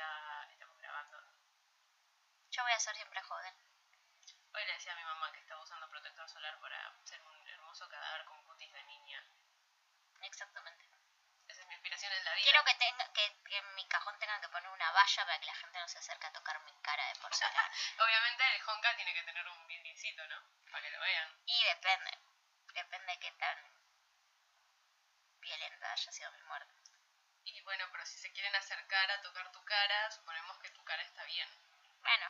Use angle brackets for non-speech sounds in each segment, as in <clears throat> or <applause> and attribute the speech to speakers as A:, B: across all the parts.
A: Ah,
B: yo voy a ser siempre joven.
A: Hoy le decía a mi mamá que estaba usando protector solar para ser un hermoso cadáver con cutis de niña.
B: Exactamente.
A: Esa es mi inspiración en la vida.
B: Quiero que, tenga, que, que en mi cajón tengan que poner una valla para que la gente no se acerque a tocar mi cara de porcelana.
A: Obviamente el Honka tiene que tener un vidriecito, ¿no? Para que lo vean.
B: y depende. Depende de qué tan violenta haya sido mi muerte.
A: Y bueno, pero si se quieren acercar a tocar tu cara, suponemos que tu cara está bien.
B: Bueno,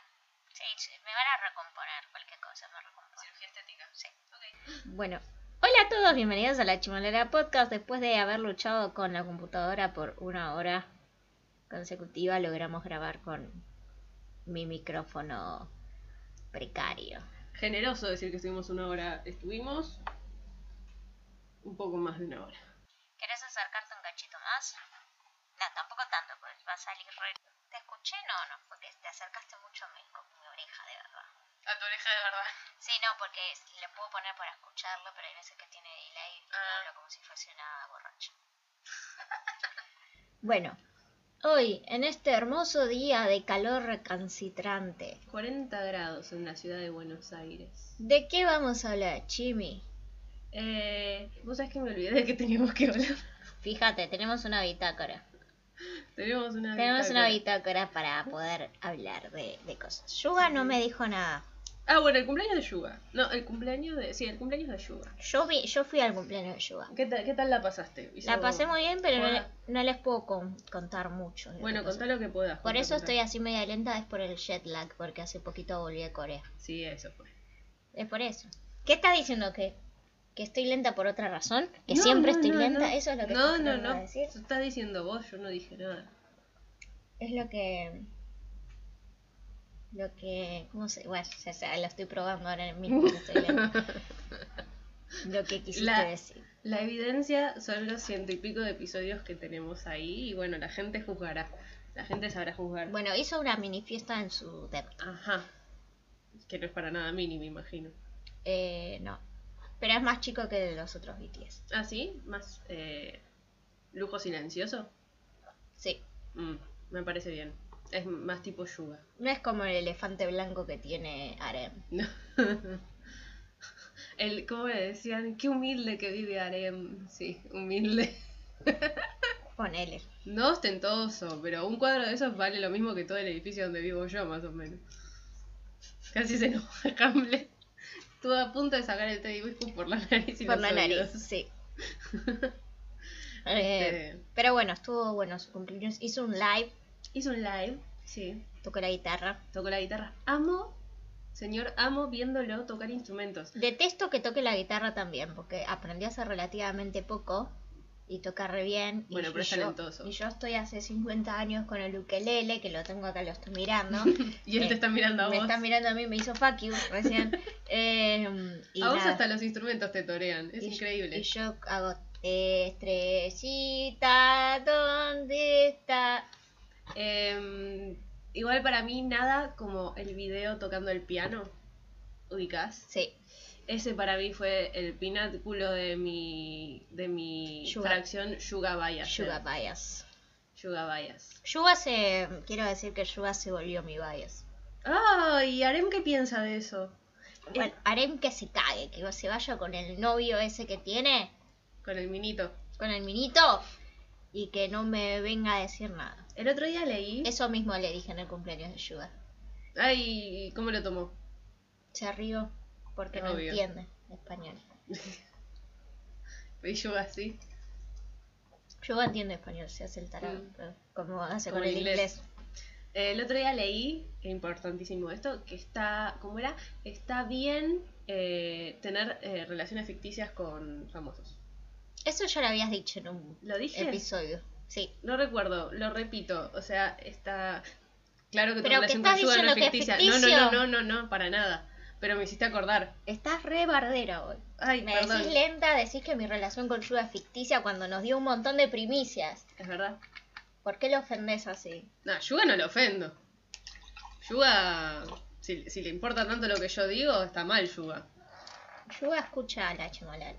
B: sí, sí, me van a recomponer cualquier cosa, me recomponen.
A: Cirugía estética.
B: Sí.
A: Ok.
C: Bueno, hola a todos, bienvenidos a la Chimolera Podcast. Después de haber luchado con la computadora por una hora consecutiva, logramos grabar con mi micrófono precario.
D: generoso decir que estuvimos una hora. Estuvimos un poco más de una hora.
B: ¿Querés acercarte un cachito más? No, tampoco tanto, porque va a salir re... ¿Te escuché? No, no, porque te acercaste mucho a mi, co- mi oreja, de verdad.
A: A tu oreja de verdad.
B: Sí, no, porque es- le puedo poner para escucharlo, pero hay veces que tiene delay y
A: Ah.
B: hablo como si fuese una borracha. <laughs>
C: Bueno, hoy, en este hermoso día de calor recalcitrante,
D: 40 grados en la ciudad de Buenos Aires.
C: ¿de qué vamos a hablar, Chimi?
D: Eh, Vos sabés que me olvidé de que teníamos que hablar. <laughs>
C: Fíjate, tenemos una bitácora.
D: Tenemos una
C: Tenemos una
D: bitácora.
C: bitácora para poder hablar de, de cosas. Yuga no me dijo nada.
D: Ah, bueno, el cumpleaños de Yuga. No, el cumpleaños de. Sí, el cumpleaños de Yuga.
C: Yo, vi, yo fui al cumpleaños de Yuga.
D: ¿Qué tal, qué tal la pasaste?
C: La pasé muy bien, pero no, le-
D: Hola.
C: no les puedo con- contar mucho. de lo
D: Bueno,
C: que pasó.
D: contá lo que puedas.
C: Por
D: contá,
C: eso
D: contá.
C: estoy así media lenta, es por el jet lag, porque hace poquito volví a Corea.
D: Sí, eso fue.
C: Es por eso. ¿Qué estás diciendo? ¿Que, que estoy lenta por otra razón? ¿Que
D: No,
C: siempre
D: no,
C: estoy
D: no,
C: lenta?
D: no.
C: Eso es lo que
D: No,
C: estás
D: no,
C: tratando
D: no.
C: de decir.
D: Eso estás diciendo vos, yo no dije nada.
C: Es lo que... Lo que... ¿Cómo se...? Bueno, ya sea, lo estoy probando ahora mismo. que estoy lenta.
D: <laughs>
C: lo que quisiste
D: La-
C: decir.
D: La evidencia son los ciento y pico de episodios que tenemos ahí y bueno, la gente juzgará. La gente sabrá juzgar.
C: Bueno, hizo una mini fiesta en su depto.
D: Ajá. Que no es para nada mini, me imagino.
C: Eh, no. Pero es más chico que los otros BTS.
D: Ah, sí, más eh, lujo silencioso.
C: Sí.
D: Mm, me parece bien. Es más tipo yuga. <laughs>
C: No es como el elefante blanco que tiene Arem.
D: No. El, ¿Cómo le decían? Qué humilde que vive Arem. Sí, humilde.
C: Ponele.
D: No ostentoso, pero un cuadro de esos vale lo mismo que todo el edificio donde vivo yo, más o menos. Casi se enoja Hamlet. Estuvo a punto de sacar el Teddy Biscuit por la nariz y
C: Por
D: los
C: la nariz,
D: oídos.
C: sí. Eh,
D: <laughs> Este,
C: pero bueno, estuvo bueno su cumpleaños. Hizo un live,
D: Hizo un live, sí.
C: tocó la guitarra.
D: Tocó la guitarra. Amo, señor, amo viéndolo tocar instrumentos.
C: Detesto que toque la guitarra también, porque aprendí hace relativamente poco y toca re bien. y
D: Bueno, pero es
C: yo-
D: talentoso.
C: Y yo estoy hace 50 años con el ukelele, que lo tengo acá, lo estoy
D: <laughs>
C: mirando.
D: Y él
C: Eh,
D: te está mirando a
C: Me
D: vos.
C: está mirando a mí, me hizo fuck you
D: <laughs>
C: recién. Eh, y
D: a vos
C: nada.
D: hasta los instrumentos te torean. Es
C: Y-
D: increíble.
C: Y yo hago estrellita, ¿dónde está?
D: Em, igual para mí nada como el video tocando el piano. ¿Ubicás?
C: Sí,
D: Ese para mí fue el pináculo de mi, de mi
C: Yuga.
D: fracción Yuga Bias.
C: Yuga Bias.
D: Yuga Bias.
C: Yuga se. Quiero decir que Yuga se volvió mi bias.
D: ¡Ay! Arem, ¿qué piensa de eso? Eh,
C: Bueno, harem que se cague, que se vaya con el novio ese que tiene,
D: Con el minito.
C: con el minito, y que no me venga a decir nada.
D: El otro día leí.
C: Eso mismo le dije en el cumpleaños de Yuga.
D: Ay, ¿cómo lo tomó?
C: Se rió porque no
D: Obvio.
C: entiende español.
D: Y Yuga así.
C: Yuga entiende español, se hace el tarado,
D: Mm.
C: pero como hace
D: Como
C: con el
D: inglés.
C: inglés.
D: Eh, El otro día leí, que importantísimo esto, que está, ¿cómo era? Está bien eh, tener eh, relaciones ficticias con famosos.
C: Eso ya lo habías dicho en un
D: ¿Lo dije?
C: episodio. Sí.
D: No recuerdo, lo repito. O sea, está. Claro que tu
C: Pero que
D: relación
C: estás
D: con Yuga no
C: diciendo
D: es
C: que es
D: ficticia. No,
C: ficticio.
D: no, no, no, no, no, para nada. Pero me hiciste acordar.
C: Estás re bardera hoy.
D: Ay,
C: Me
D: perdón.
C: decís lenta, decís que mi relación con Yuga es ficticia cuando nos dio un montón de primicias.
D: Es verdad.
C: ¿Por qué lo ofendés así?
D: No, Yuga no lo ofendo. Yuga. Si, si le importa tanto lo que yo digo, está mal, Yuga.
C: Yuga escucha a la chimolal.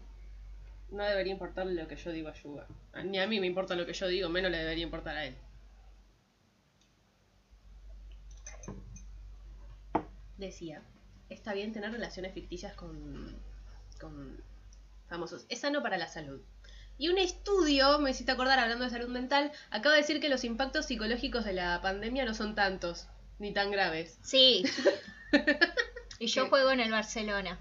D: No debería importarle lo que yo digo a Yuga. A- Ni a mí me importa lo que yo digo, menos le debería importar a él. decía, está bien tener relaciones ficticias con, con famosos, es sano para la salud. Y un estudio, me hiciste acordar hablando de salud mental, acaba de decir que los impactos psicológicos de la pandemia no son tantos, ni tan graves.
C: Sí. y yo
D: ¿Qué?
C: juego en el Barcelona.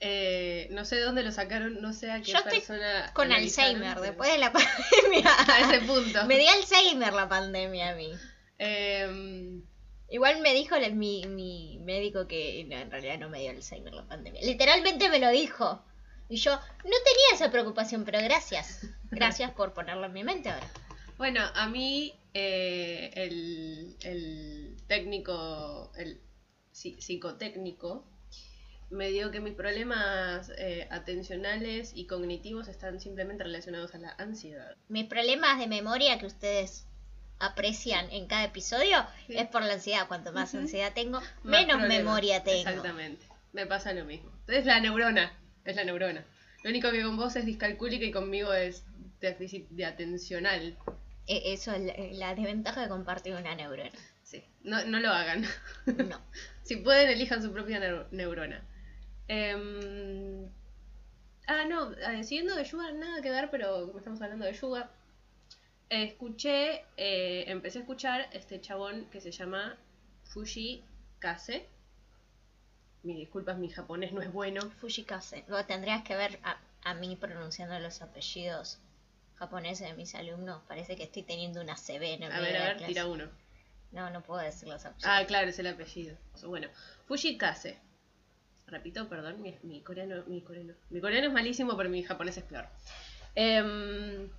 D: Eh, no sé dónde lo sacaron, no sé a qué
C: Yo estoy
D: persona.
C: Con
D: analizaron,
C: Alzheimer,
D: pero-
C: después de la <laughs> pandemia.
D: <laughs> A ese punto.
C: <laughs> Me dio Alzheimer la pandemia a mí.
D: Em,
C: Igual me dijo la- mi, mi médico que no, en realidad no me dio Alzheimer la pandemia. Literalmente me lo dijo. Y yo no tenía esa preocupación, pero gracias. Gracias por ponerlo en mi mente ahora.
D: Bueno, a mí eh, el, el técnico, el psi- psicotécnico, me dio que mis problemas eh, atencionales y cognitivos están simplemente relacionados a la ansiedad.
C: Mis problemas de memoria que ustedes aprecian en cada episodio
D: Sí.
C: es por la ansiedad. Cuanto más
D: Ujú.
C: ansiedad tengo,
D: Más
C: menos
D: problemas.
C: memoria tengo.
D: Exactamente, me pasa lo mismo. Es la neurona, es la neurona. Lo único que con vos es discalcúlica y conmigo es déficit de atencional.
C: E- Eso es la, la desventaja de compartir una neurona.
D: <laughs> Sí, no, no lo hagan.
C: No.
D: Si pueden, elijan su propia neu- neurona. Em, ah, no, eh, siguiendo de Yuga, nada que ver, pero como estamos hablando de Yuga, eh, escuché, eh, empecé a escuchar este chabón que se llama Fushi Kase. Mis disculpas, mi japonés no es bueno.
C: Fujikase. Vos tendrías que ver a, a mí pronunciando los apellidos japoneses de mis alumnos. Parece que estoy teniendo una CB. No
D: A ver, a ver, tira uno.
C: No, no puedo decir los apellidos.
D: Ah, claro, es el apellido. Bueno, Fushi Kase. Repito, perdón, mi, mi coreano, mi coreano. Mi coreano es malísimo, pero mi japonés es peor. Em,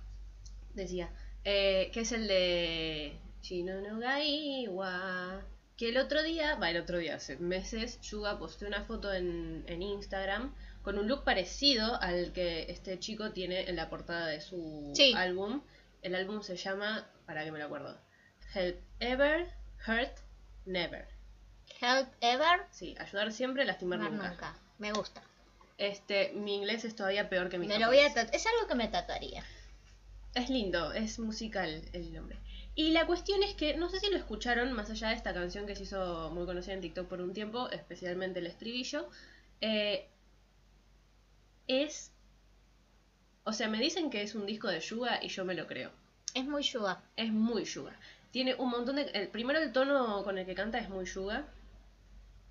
D: decía, eh, que es el de Shino no Gai wa. Que el otro día, va, el otro día, hace meses, Yuga posteó una foto en, en Instagram con un look parecido al que este chico tiene en la portada de su
C: Sí.
D: álbum. El álbum se llama, para que me lo acuerdo, Help Ever, Hurt Never.
C: Help ever,
D: Sí, ayudar siempre, lastimar
C: mar
D: nunca.
C: nunca. Me gusta.
D: Este, mi inglés es todavía peor que mi
C: Me lo voy
D: japonés.
C: a tatu- Es algo que me tatuaría.
D: Es lindo, es musical el nombre. Y la cuestión es que, no sé si lo escucharon, más allá de esta canción que se hizo muy conocida en TikTok por un tiempo, especialmente el estribillo, eh, es... O sea, me dicen que es un disco de Yuga y yo me lo creo.
C: Es muy yuga.
D: Es muy Yuga. Tiene un montón de... El, primero el tono con el que canta es muy Yuga.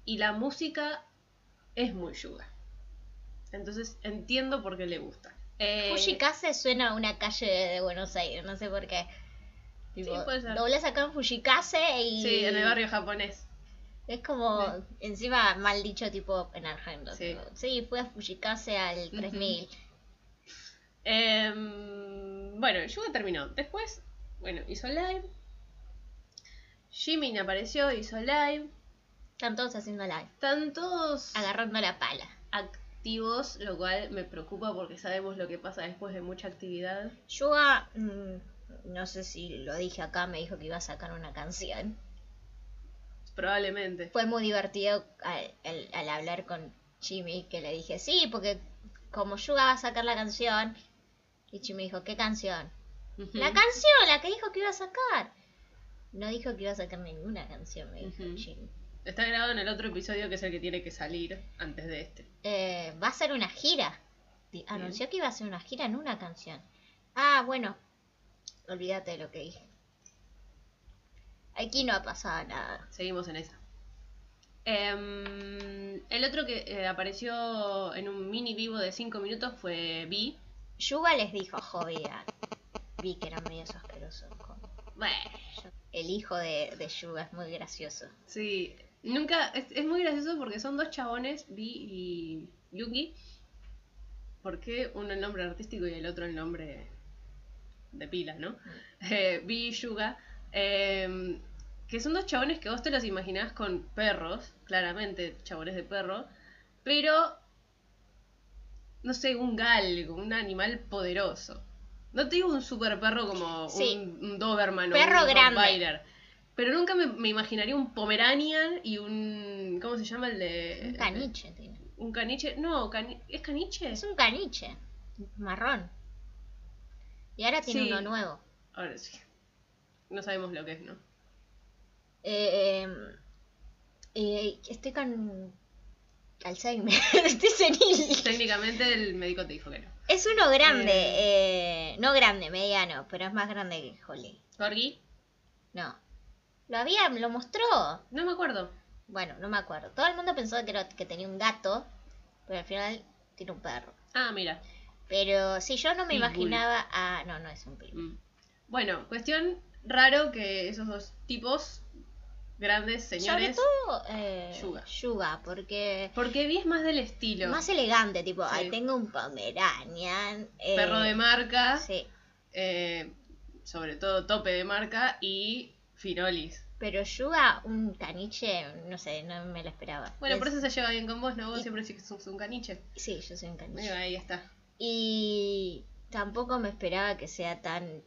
D: Y la música es muy Yuga. Entonces entiendo por qué le gusta. Eh,
C: Fujikase suena a una calle de Buenos Aires. No sé por qué. Tipo,
D: puede ser.
C: doblás acá en Fujikase y.
D: Sí, en el barrio japonés.
C: Es como,
D: Sí.
C: encima, mal dicho, tipo en Argentina.
D: Sí.
C: tipo, Sí, fui a Fujikase al 3000.
D: Em, bueno, Yuga terminó. Después, bueno, hizo live. Jimin apareció, hizo live.
C: Están todos haciendo live,
D: Están todos
C: agarrando la pala.
D: activos, lo cual me preocupa porque sabemos lo que pasa después de mucha actividad.
C: Yuga, mm, no sé si lo dije acá, me dijo que iba a sacar una canción.
D: Probablemente.
C: Fue muy divertido al, al- al hablar con Jimmy, que le dije, sí, porque como Yuga va a sacar la canción, y Jimmy dijo, ¿qué canción?
D: Ujú.
C: La canción, la que dijo que iba a sacar. No dijo que iba a sacar ninguna canción, me dijo
D: Ujú.
C: Jimmy.
D: Está grabado en el otro episodio que es el que tiene que salir antes de este.
C: eh, va a ser una gira. Di- Anunció que iba a ser una gira en una canción. Ah, bueno, olvídate de lo que dije. Aquí no ha pasado nada.
D: Seguimos en esa. Em, el otro que eh, apareció en un mini vivo de 5 minutos fue Vi.
C: Yuga les dijo, jodida. Vi que eran medios asquerosos. con-
D: Bueno.
C: El hijo de, de Yuga es muy gracioso.
D: Sí, nunca, es, es muy gracioso porque son dos chabones, Vi y Yuki. ¿Por qué uno el nombre artístico y el otro el nombre de pila, no?
C: Mm.
D: Eh, Vi y Yuga. eh, que son dos chabones que vos te los imaginás con perros, claramente, chabones de perro, pero, no sé, un galgo, un animal poderoso. No te digo un super perro como
C: Sí.
D: un, un Doberman
C: Perro
D: o un
C: grande.
D: Rottweiler. Pero nunca me, me imaginaría un Pomeranian y un. ¿Cómo se llama el de.?
C: Un caniche tiene.
D: Un caniche. No, cani- ¿es caniche?
C: Es un caniche. Marrón. Y ahora tiene
D: Sí.
C: uno nuevo.
D: Ahora sí. No sabemos lo que es, ¿no?
C: Eh, Eh, estoy con Alzheimer, <laughs> estoy senil.
D: Técnicamente el médico te dijo que no.
C: Es uno grande, eh, no grande, mediano, pero es más grande que Holly.
D: ¿Corgi?
C: No. Lo había, lo mostró.
D: No me acuerdo.
C: Bueno, no me acuerdo. Todo el mundo pensó que, era- que tenía un gato, pero al final tiene un perro.
D: Ah, mira.
C: Pero si yo no me
D: Pitbull.
C: imaginaba a... No, no es un pitbull.
D: Mm. Bueno, cuestión raro que esos dos tipos, grandes
C: Sobre
D: señores.
C: todo eh,
D: Yuga.
C: Yuga, porque
D: Porque vi es más del estilo.
C: más elegante, tipo,
D: Sí.
C: "Ay, tengo un pomeranian. eh,
D: Perro de marca,
C: Sí,
D: eh, sobre todo tope de marca y finolis.
C: pero Yuga, un caniche, no sé, no me lo esperaba.
D: Bueno, por
C: Es-
D: eso se lleva bien con vos, ¿no? Vos
C: Y-
D: siempre decís que sos un caniche.
C: Sí, yo soy un caniche.
D: Bueno, ahí está.
C: Y tampoco me esperaba que sea tan...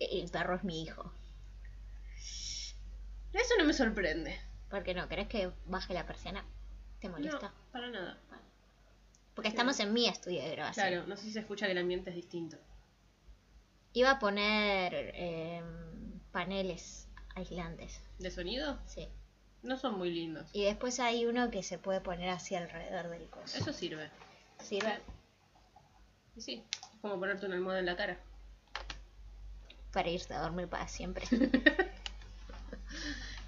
C: El perro es mi hijo.
D: Eso no me sorprende.
C: Porque no, ¿querés que baje la persiana? ¿Te molesta?
D: No, para nada.
C: Ah, Porque estamos en mi estudio de grabación.
D: Claro, no sé si se escucha que el ambiente es distinto.
C: Iba a poner eh, paneles aislantes.
D: ¿De sonido?
C: Sí.
D: No son muy lindos.
C: Y después hay uno que se puede poner así alrededor del coso.
D: Eso sirve.
C: ¿Sirve?
D: Y sí, es como ponerte una almohada en la cara.
C: Para irse a dormir
D: <laughs>
C: para siempre.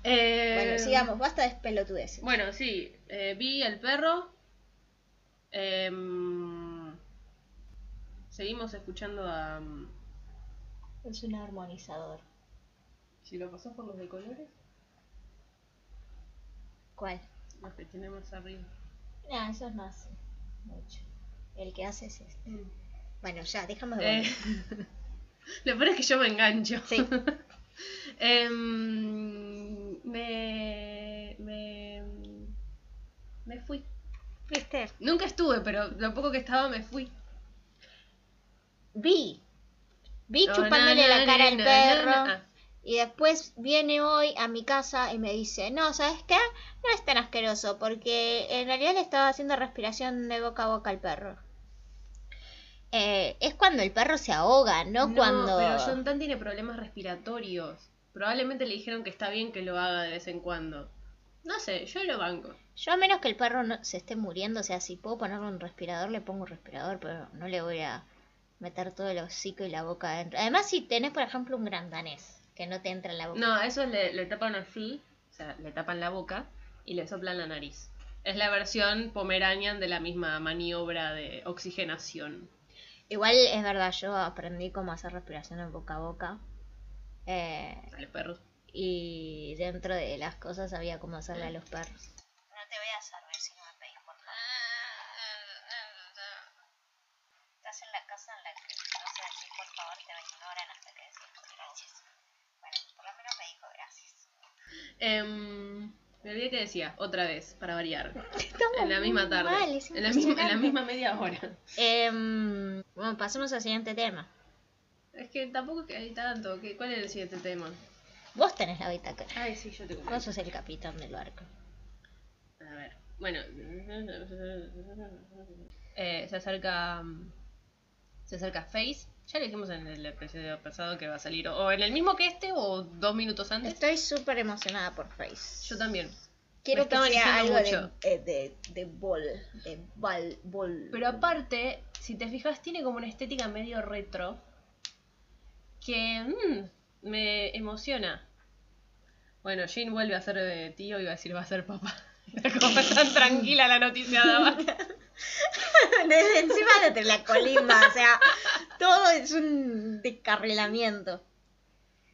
D: Eh,
C: bueno, sigamos. Basta de pelotudeces.
D: Bueno, sí, eh, vi el perro. Em, seguimos escuchando a. mm,
C: Es un armonizador.
D: Si lo pasás por los de colores,
C: ¿Cuál?
D: los que tiene más arriba. Ah,
C: No, eso no hace mucho. El que hace es este.
D: Mm.
C: Bueno, ya, déjame ver.
D: Eh, <laughs> lo peor es que yo me engancho.
C: Sí.
D: <laughs> Em, me, me. Me fui.
C: ¿Viste?
D: Nunca estuve, pero lo poco que estaba me fui.
C: Vi. Vi
D: Oh, No,
C: chupándole
D: no,
C: la
D: no,
C: cara al
D: no, no,
C: perro.
D: no. Ah,
C: Y después viene hoy a mi casa y me dice, no, ¿sabes qué? No es tan asqueroso porque en realidad le estaba haciendo respiración de boca a boca al perro. Eh, es cuando el perro se ahoga, no, cuando...
D: Pero John Tan tiene problemas respiratorios. Probablemente le dijeron que está bien que lo haga de vez en cuando. No sé, yo lo banco.
C: Yo a menos que el perro no se esté muriendo, o sea, si puedo ponerle un respirador, le pongo un respirador, pero no le voy a meter todo el hocico y la boca adentro. Además, si tenés, por ejemplo, un gran danés, que no te entra en la boca.
D: No, a esos le, le tapan así, o sea, le tapan la boca y le soplan la nariz. Es la versión pomeranian de la misma maniobra de oxigenación.
C: Igual es verdad, yo aprendí cómo hacer respiración en boca a boca. Eh,
D: Dale, perro.
C: y dentro de las cosas había cómo hacerle a los perros.
B: No te voy a servir si no me pedís por favor. Estás en la casa en la que no se decís por favor, te ignoran hasta que decís gracias. Bueno, por lo menos me dijo gracias.
D: Em, me olvidé que decía, otra vez, para variar.
C: Estamos
D: En la misma
C: muy
D: tarde.
C: mal, es
D: en, la misma, en la
C: impresionante.
D: misma media hora.
C: Em, bueno, pasemos al siguiente tema.
D: Es que tampoco es que hay tanto. ¿qué- ¿Cuál es el siguiente tema?
C: Vos tenés la bitácora.
D: Ay, sí, yo te
C: Vos sos el capitán del barco.
D: A ver, bueno. Eh, se acerca. mm, Se acerca Face. Ya le dijimos en el episodio pasado que va a salir o en el mismo que este o dos minutos antes.
C: Estoy súper emocionada por Face.
D: Yo también.
C: Quiero
D: me
C: que
D: estaban
C: sea algo
D: diciendo
C: de,
D: mucho.
C: eh, de, de bol, de bal, bol.
D: Pero aparte, si te fijas, tiene como una estética medio retro que mm, me emociona. Bueno, Jane vuelve a ser de tío y va a decir va a ser papá. <laughs> Era como tan tranquila la noticia daba.
C: Desde encima <laughs> de la colima, o sea, todo es un descarrilamiento.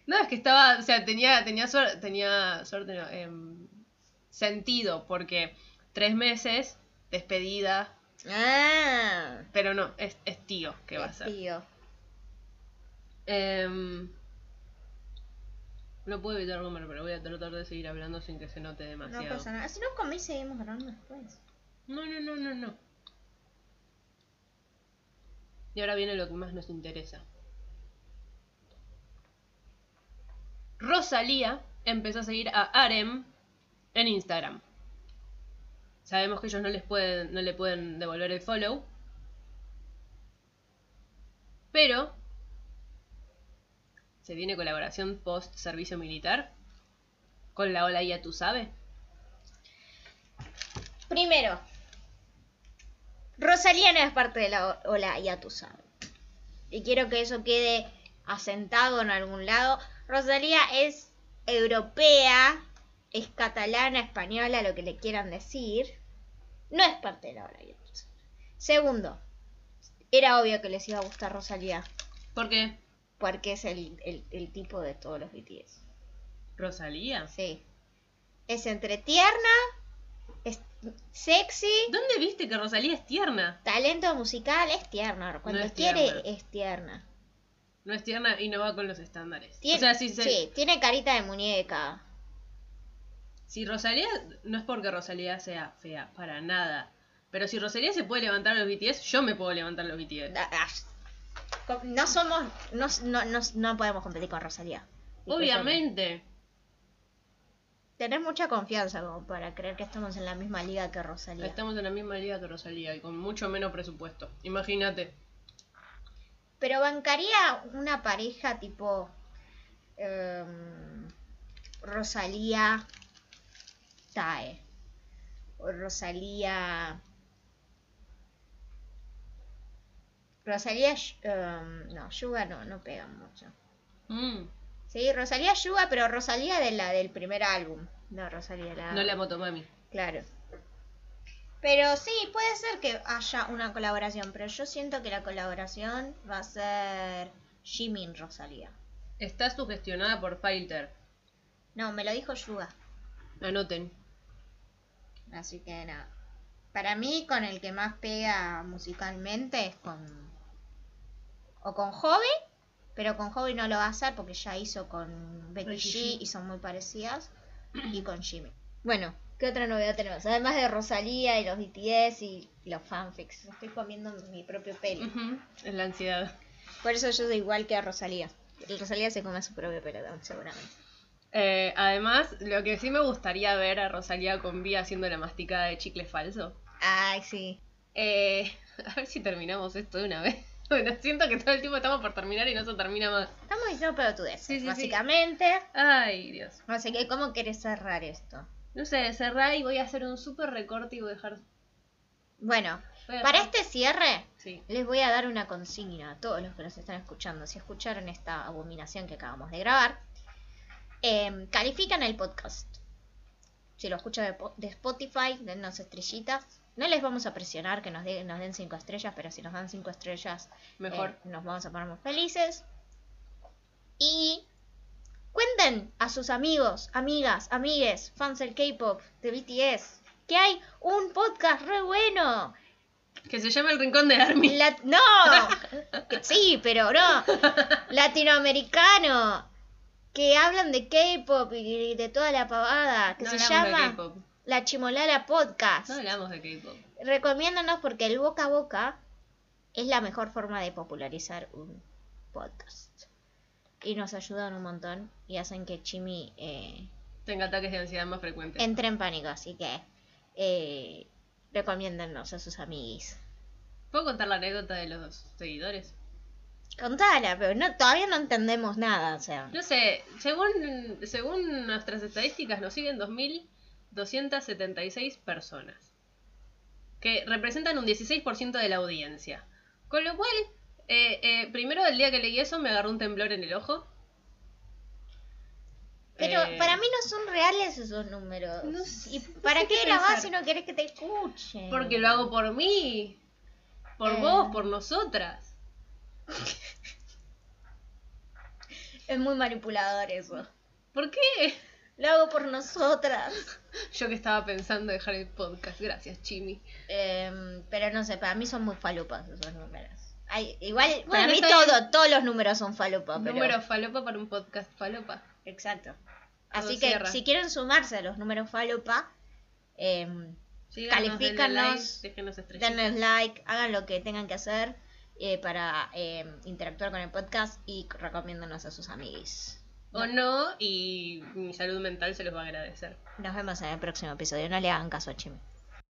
D: No, es que estaba, o sea, tenía, tenía, suer- tenía suerte, no, em, sentido, porque tres meses, despedida,
C: Ah,
D: pero no, es, es tío que va a ser.
C: tío.
D: Em, no puedo evitar comer, pero voy a tratar de seguir hablando sin que se note
C: No
D: demasiado.
C: pasa nada. Si no comí, seguimos grabando después.
D: No, no, no, no, no. Y ahora viene lo que más nos interesa. Rosalía empezó a seguir a Arem en Instagram. Sabemos que ellos no les pueden, no le pueden devolver el follow. Pero se viene colaboración post servicio militar con la Hola Ya tú sabes.
C: Primero, Rosalía no es parte de la o- ola, ya tú sabes. Y quiero que eso quede asentado en algún lado. Rosalía es europea, es catalana, española, lo que le quieran decir. No es parte de la ola, ya tú sabes. Segundo, era obvio que les iba a gustar Rosalía,
D: Porque
C: porque es el, el- el tipo de todos los BTS.
D: Rosalía.
C: Sí. Es entretierna, es sexy.
D: ¿Dónde viste que Rosalía es tierna?
C: Talento musical es tierna. Cuando
D: No es
C: quiere
D: tierna.
C: es tierna.
D: No es tierna y no va con los estándares.
C: Tien-
D: o sea, si, se-
C: sí, tiene carita de muñeca.
D: si Rosalía, no es porque Rosalía sea fea, para nada. Pero si Rosalía se puede levantar los BTS, yo me puedo levantar los BTS.
C: Da- ah, co- No somos, no, no, no, no podemos competir con Rosalía. Discúlpame.
D: Obviamente.
C: Tener mucha confianza como para creer que estamos en la misma liga que Rosalía.
D: Estamos en la misma liga que Rosalía y con mucho menos presupuesto. Imagínate.
C: Pero bancaría una pareja tipo em, Rosalía Tae. O Rosalía. Rosalía Sh- em, no, Yuga no, no pega mucho.
D: Mm,
C: Sí, Rosalía Yuga, pero Rosalía de la del primer álbum. No, Rosalía la.
D: No la motomami.
C: Claro. Pero sí, puede ser que haya una colaboración, pero yo siento que la colaboración va a ser Jimin Rosalía.
D: Está sugestionada por Fighter.
C: No, me lo dijo Yuga.
D: Anoten.
C: Así que nada. Para mí, con el que más pega musicalmente es con. O con Hobby, pero con Hobby no lo va a hacer porque ya hizo con Becky
D: Becky
C: G
D: G.
C: y son muy parecidas. Y con Jimmy. <clears throat> Bueno, ¿qué otra novedad tenemos? Además de Rosalía y los BTS y los fanfics. Estoy comiendo mi propio pelo.
D: Ujú, Es la ansiedad.
C: <laughs> Por eso yo soy igual que a Rosalía. Rosalía se come su propio pelo, seguramente.
D: Eh, además, lo que sí me gustaría ver a Rosalía con B haciendo la masticada de chicle falso.
C: Ay, sí.
D: Eh, <laughs> a ver si terminamos esto de una vez. <laughs> Bueno, siento que todo el tiempo estamos por terminar y no se termina más.
C: Estamos diciendo pelotudeces,
D: Sí, sí, sí.
C: básicamente.
D: Ay, Dios.
C: Así que, ¿cómo querés cerrar esto?
D: No sé, cerrá y voy a hacer un súper recorte y voy a dejar...
C: Bueno,
D: voy a
C: para
D: dejar-
C: este cierre
D: Sí.
C: les voy a dar una consigna a todos los que nos están escuchando. Si escucharon esta abominación que acabamos de grabar, eh, califican el podcast. Si lo escuchan de, po- de Spotify, dennos estrellitas. No les vamos a presionar que nos, de- nos den cinco estrellas, pero si nos dan cinco estrellas,
D: Mejor.
C: eh, nos vamos a poner muy felices. Y cuenten a sus amigos, amigas, amigues, fans del K-pop, de BTS, que hay un podcast re bueno.
D: Que se llama El Rincón de Army.
C: La- ¡No! Que Sí, pero no. Latinoamericano. Que hablan de K-pop y de toda la pavada. Que
D: <laughs> no
C: se
D: hablamos de
C: llama
D: K-pop.
C: La Chimolala Podcast.
D: No hablamos de K-pop.
C: Recomiéndanos porque el boca a boca es la mejor forma de popularizar un podcast. Y nos ayudan un montón y hacen que Chimi eh,
D: Tengo ataques de ansiedad más frecuentes.
C: entre en pánico. Así que eh, recomiéndennos a sus amiguis.
D: ¿Puedo contar la anécdota de los seguidores?
C: Contala, pero no, todavía no entendemos nada. O sea,
D: No sé, según, según nuestras estadísticas nos siguen 2.276 personas, que representan un 16% de la audiencia. Con lo cual, eh, eh, primero del día que leí eso me agarró un temblor en el ojo.
C: pero
D: Eh,
C: para mí no son reales esos números.
D: No sé,
C: ¿Y
D: no
C: para
D: sé
C: qué
D: qué
C: grabás
D: pensar.
C: si no querés que te escuchen?
D: Porque lo hago por mí, por
C: Eh.
D: vos, por nosotras.
C: Es muy manipulador eso.
D: ¿Por qué? <laughs>
C: Lo hago por nosotras.
D: Yo que estaba pensando dejar el podcast. Gracias, Chimi.
C: Em, pero no sé, para mí son muy falupas esos números. Ay, igual, para
D: Bueno,
C: mí
D: está
C: todo,
D: bien.
C: todos los números son falupas. Pero...
D: Número falopa para un podcast falopa.
C: Exacto.
D: Todo
C: Así que
D: cierra.
C: si quieren sumarse a los números falopa, em,
D: Síganos, denle
C: Califícanos,
D: like, déjenos estrellitas.
C: denles like, hagan lo que tengan que hacer eh, para em, interactuar con el podcast y recomiéndanos a sus amiguis.
D: O no, y mi salud mental se los va a agradecer.
C: Nos vemos en el próximo episodio. No le hagan caso a Chimi.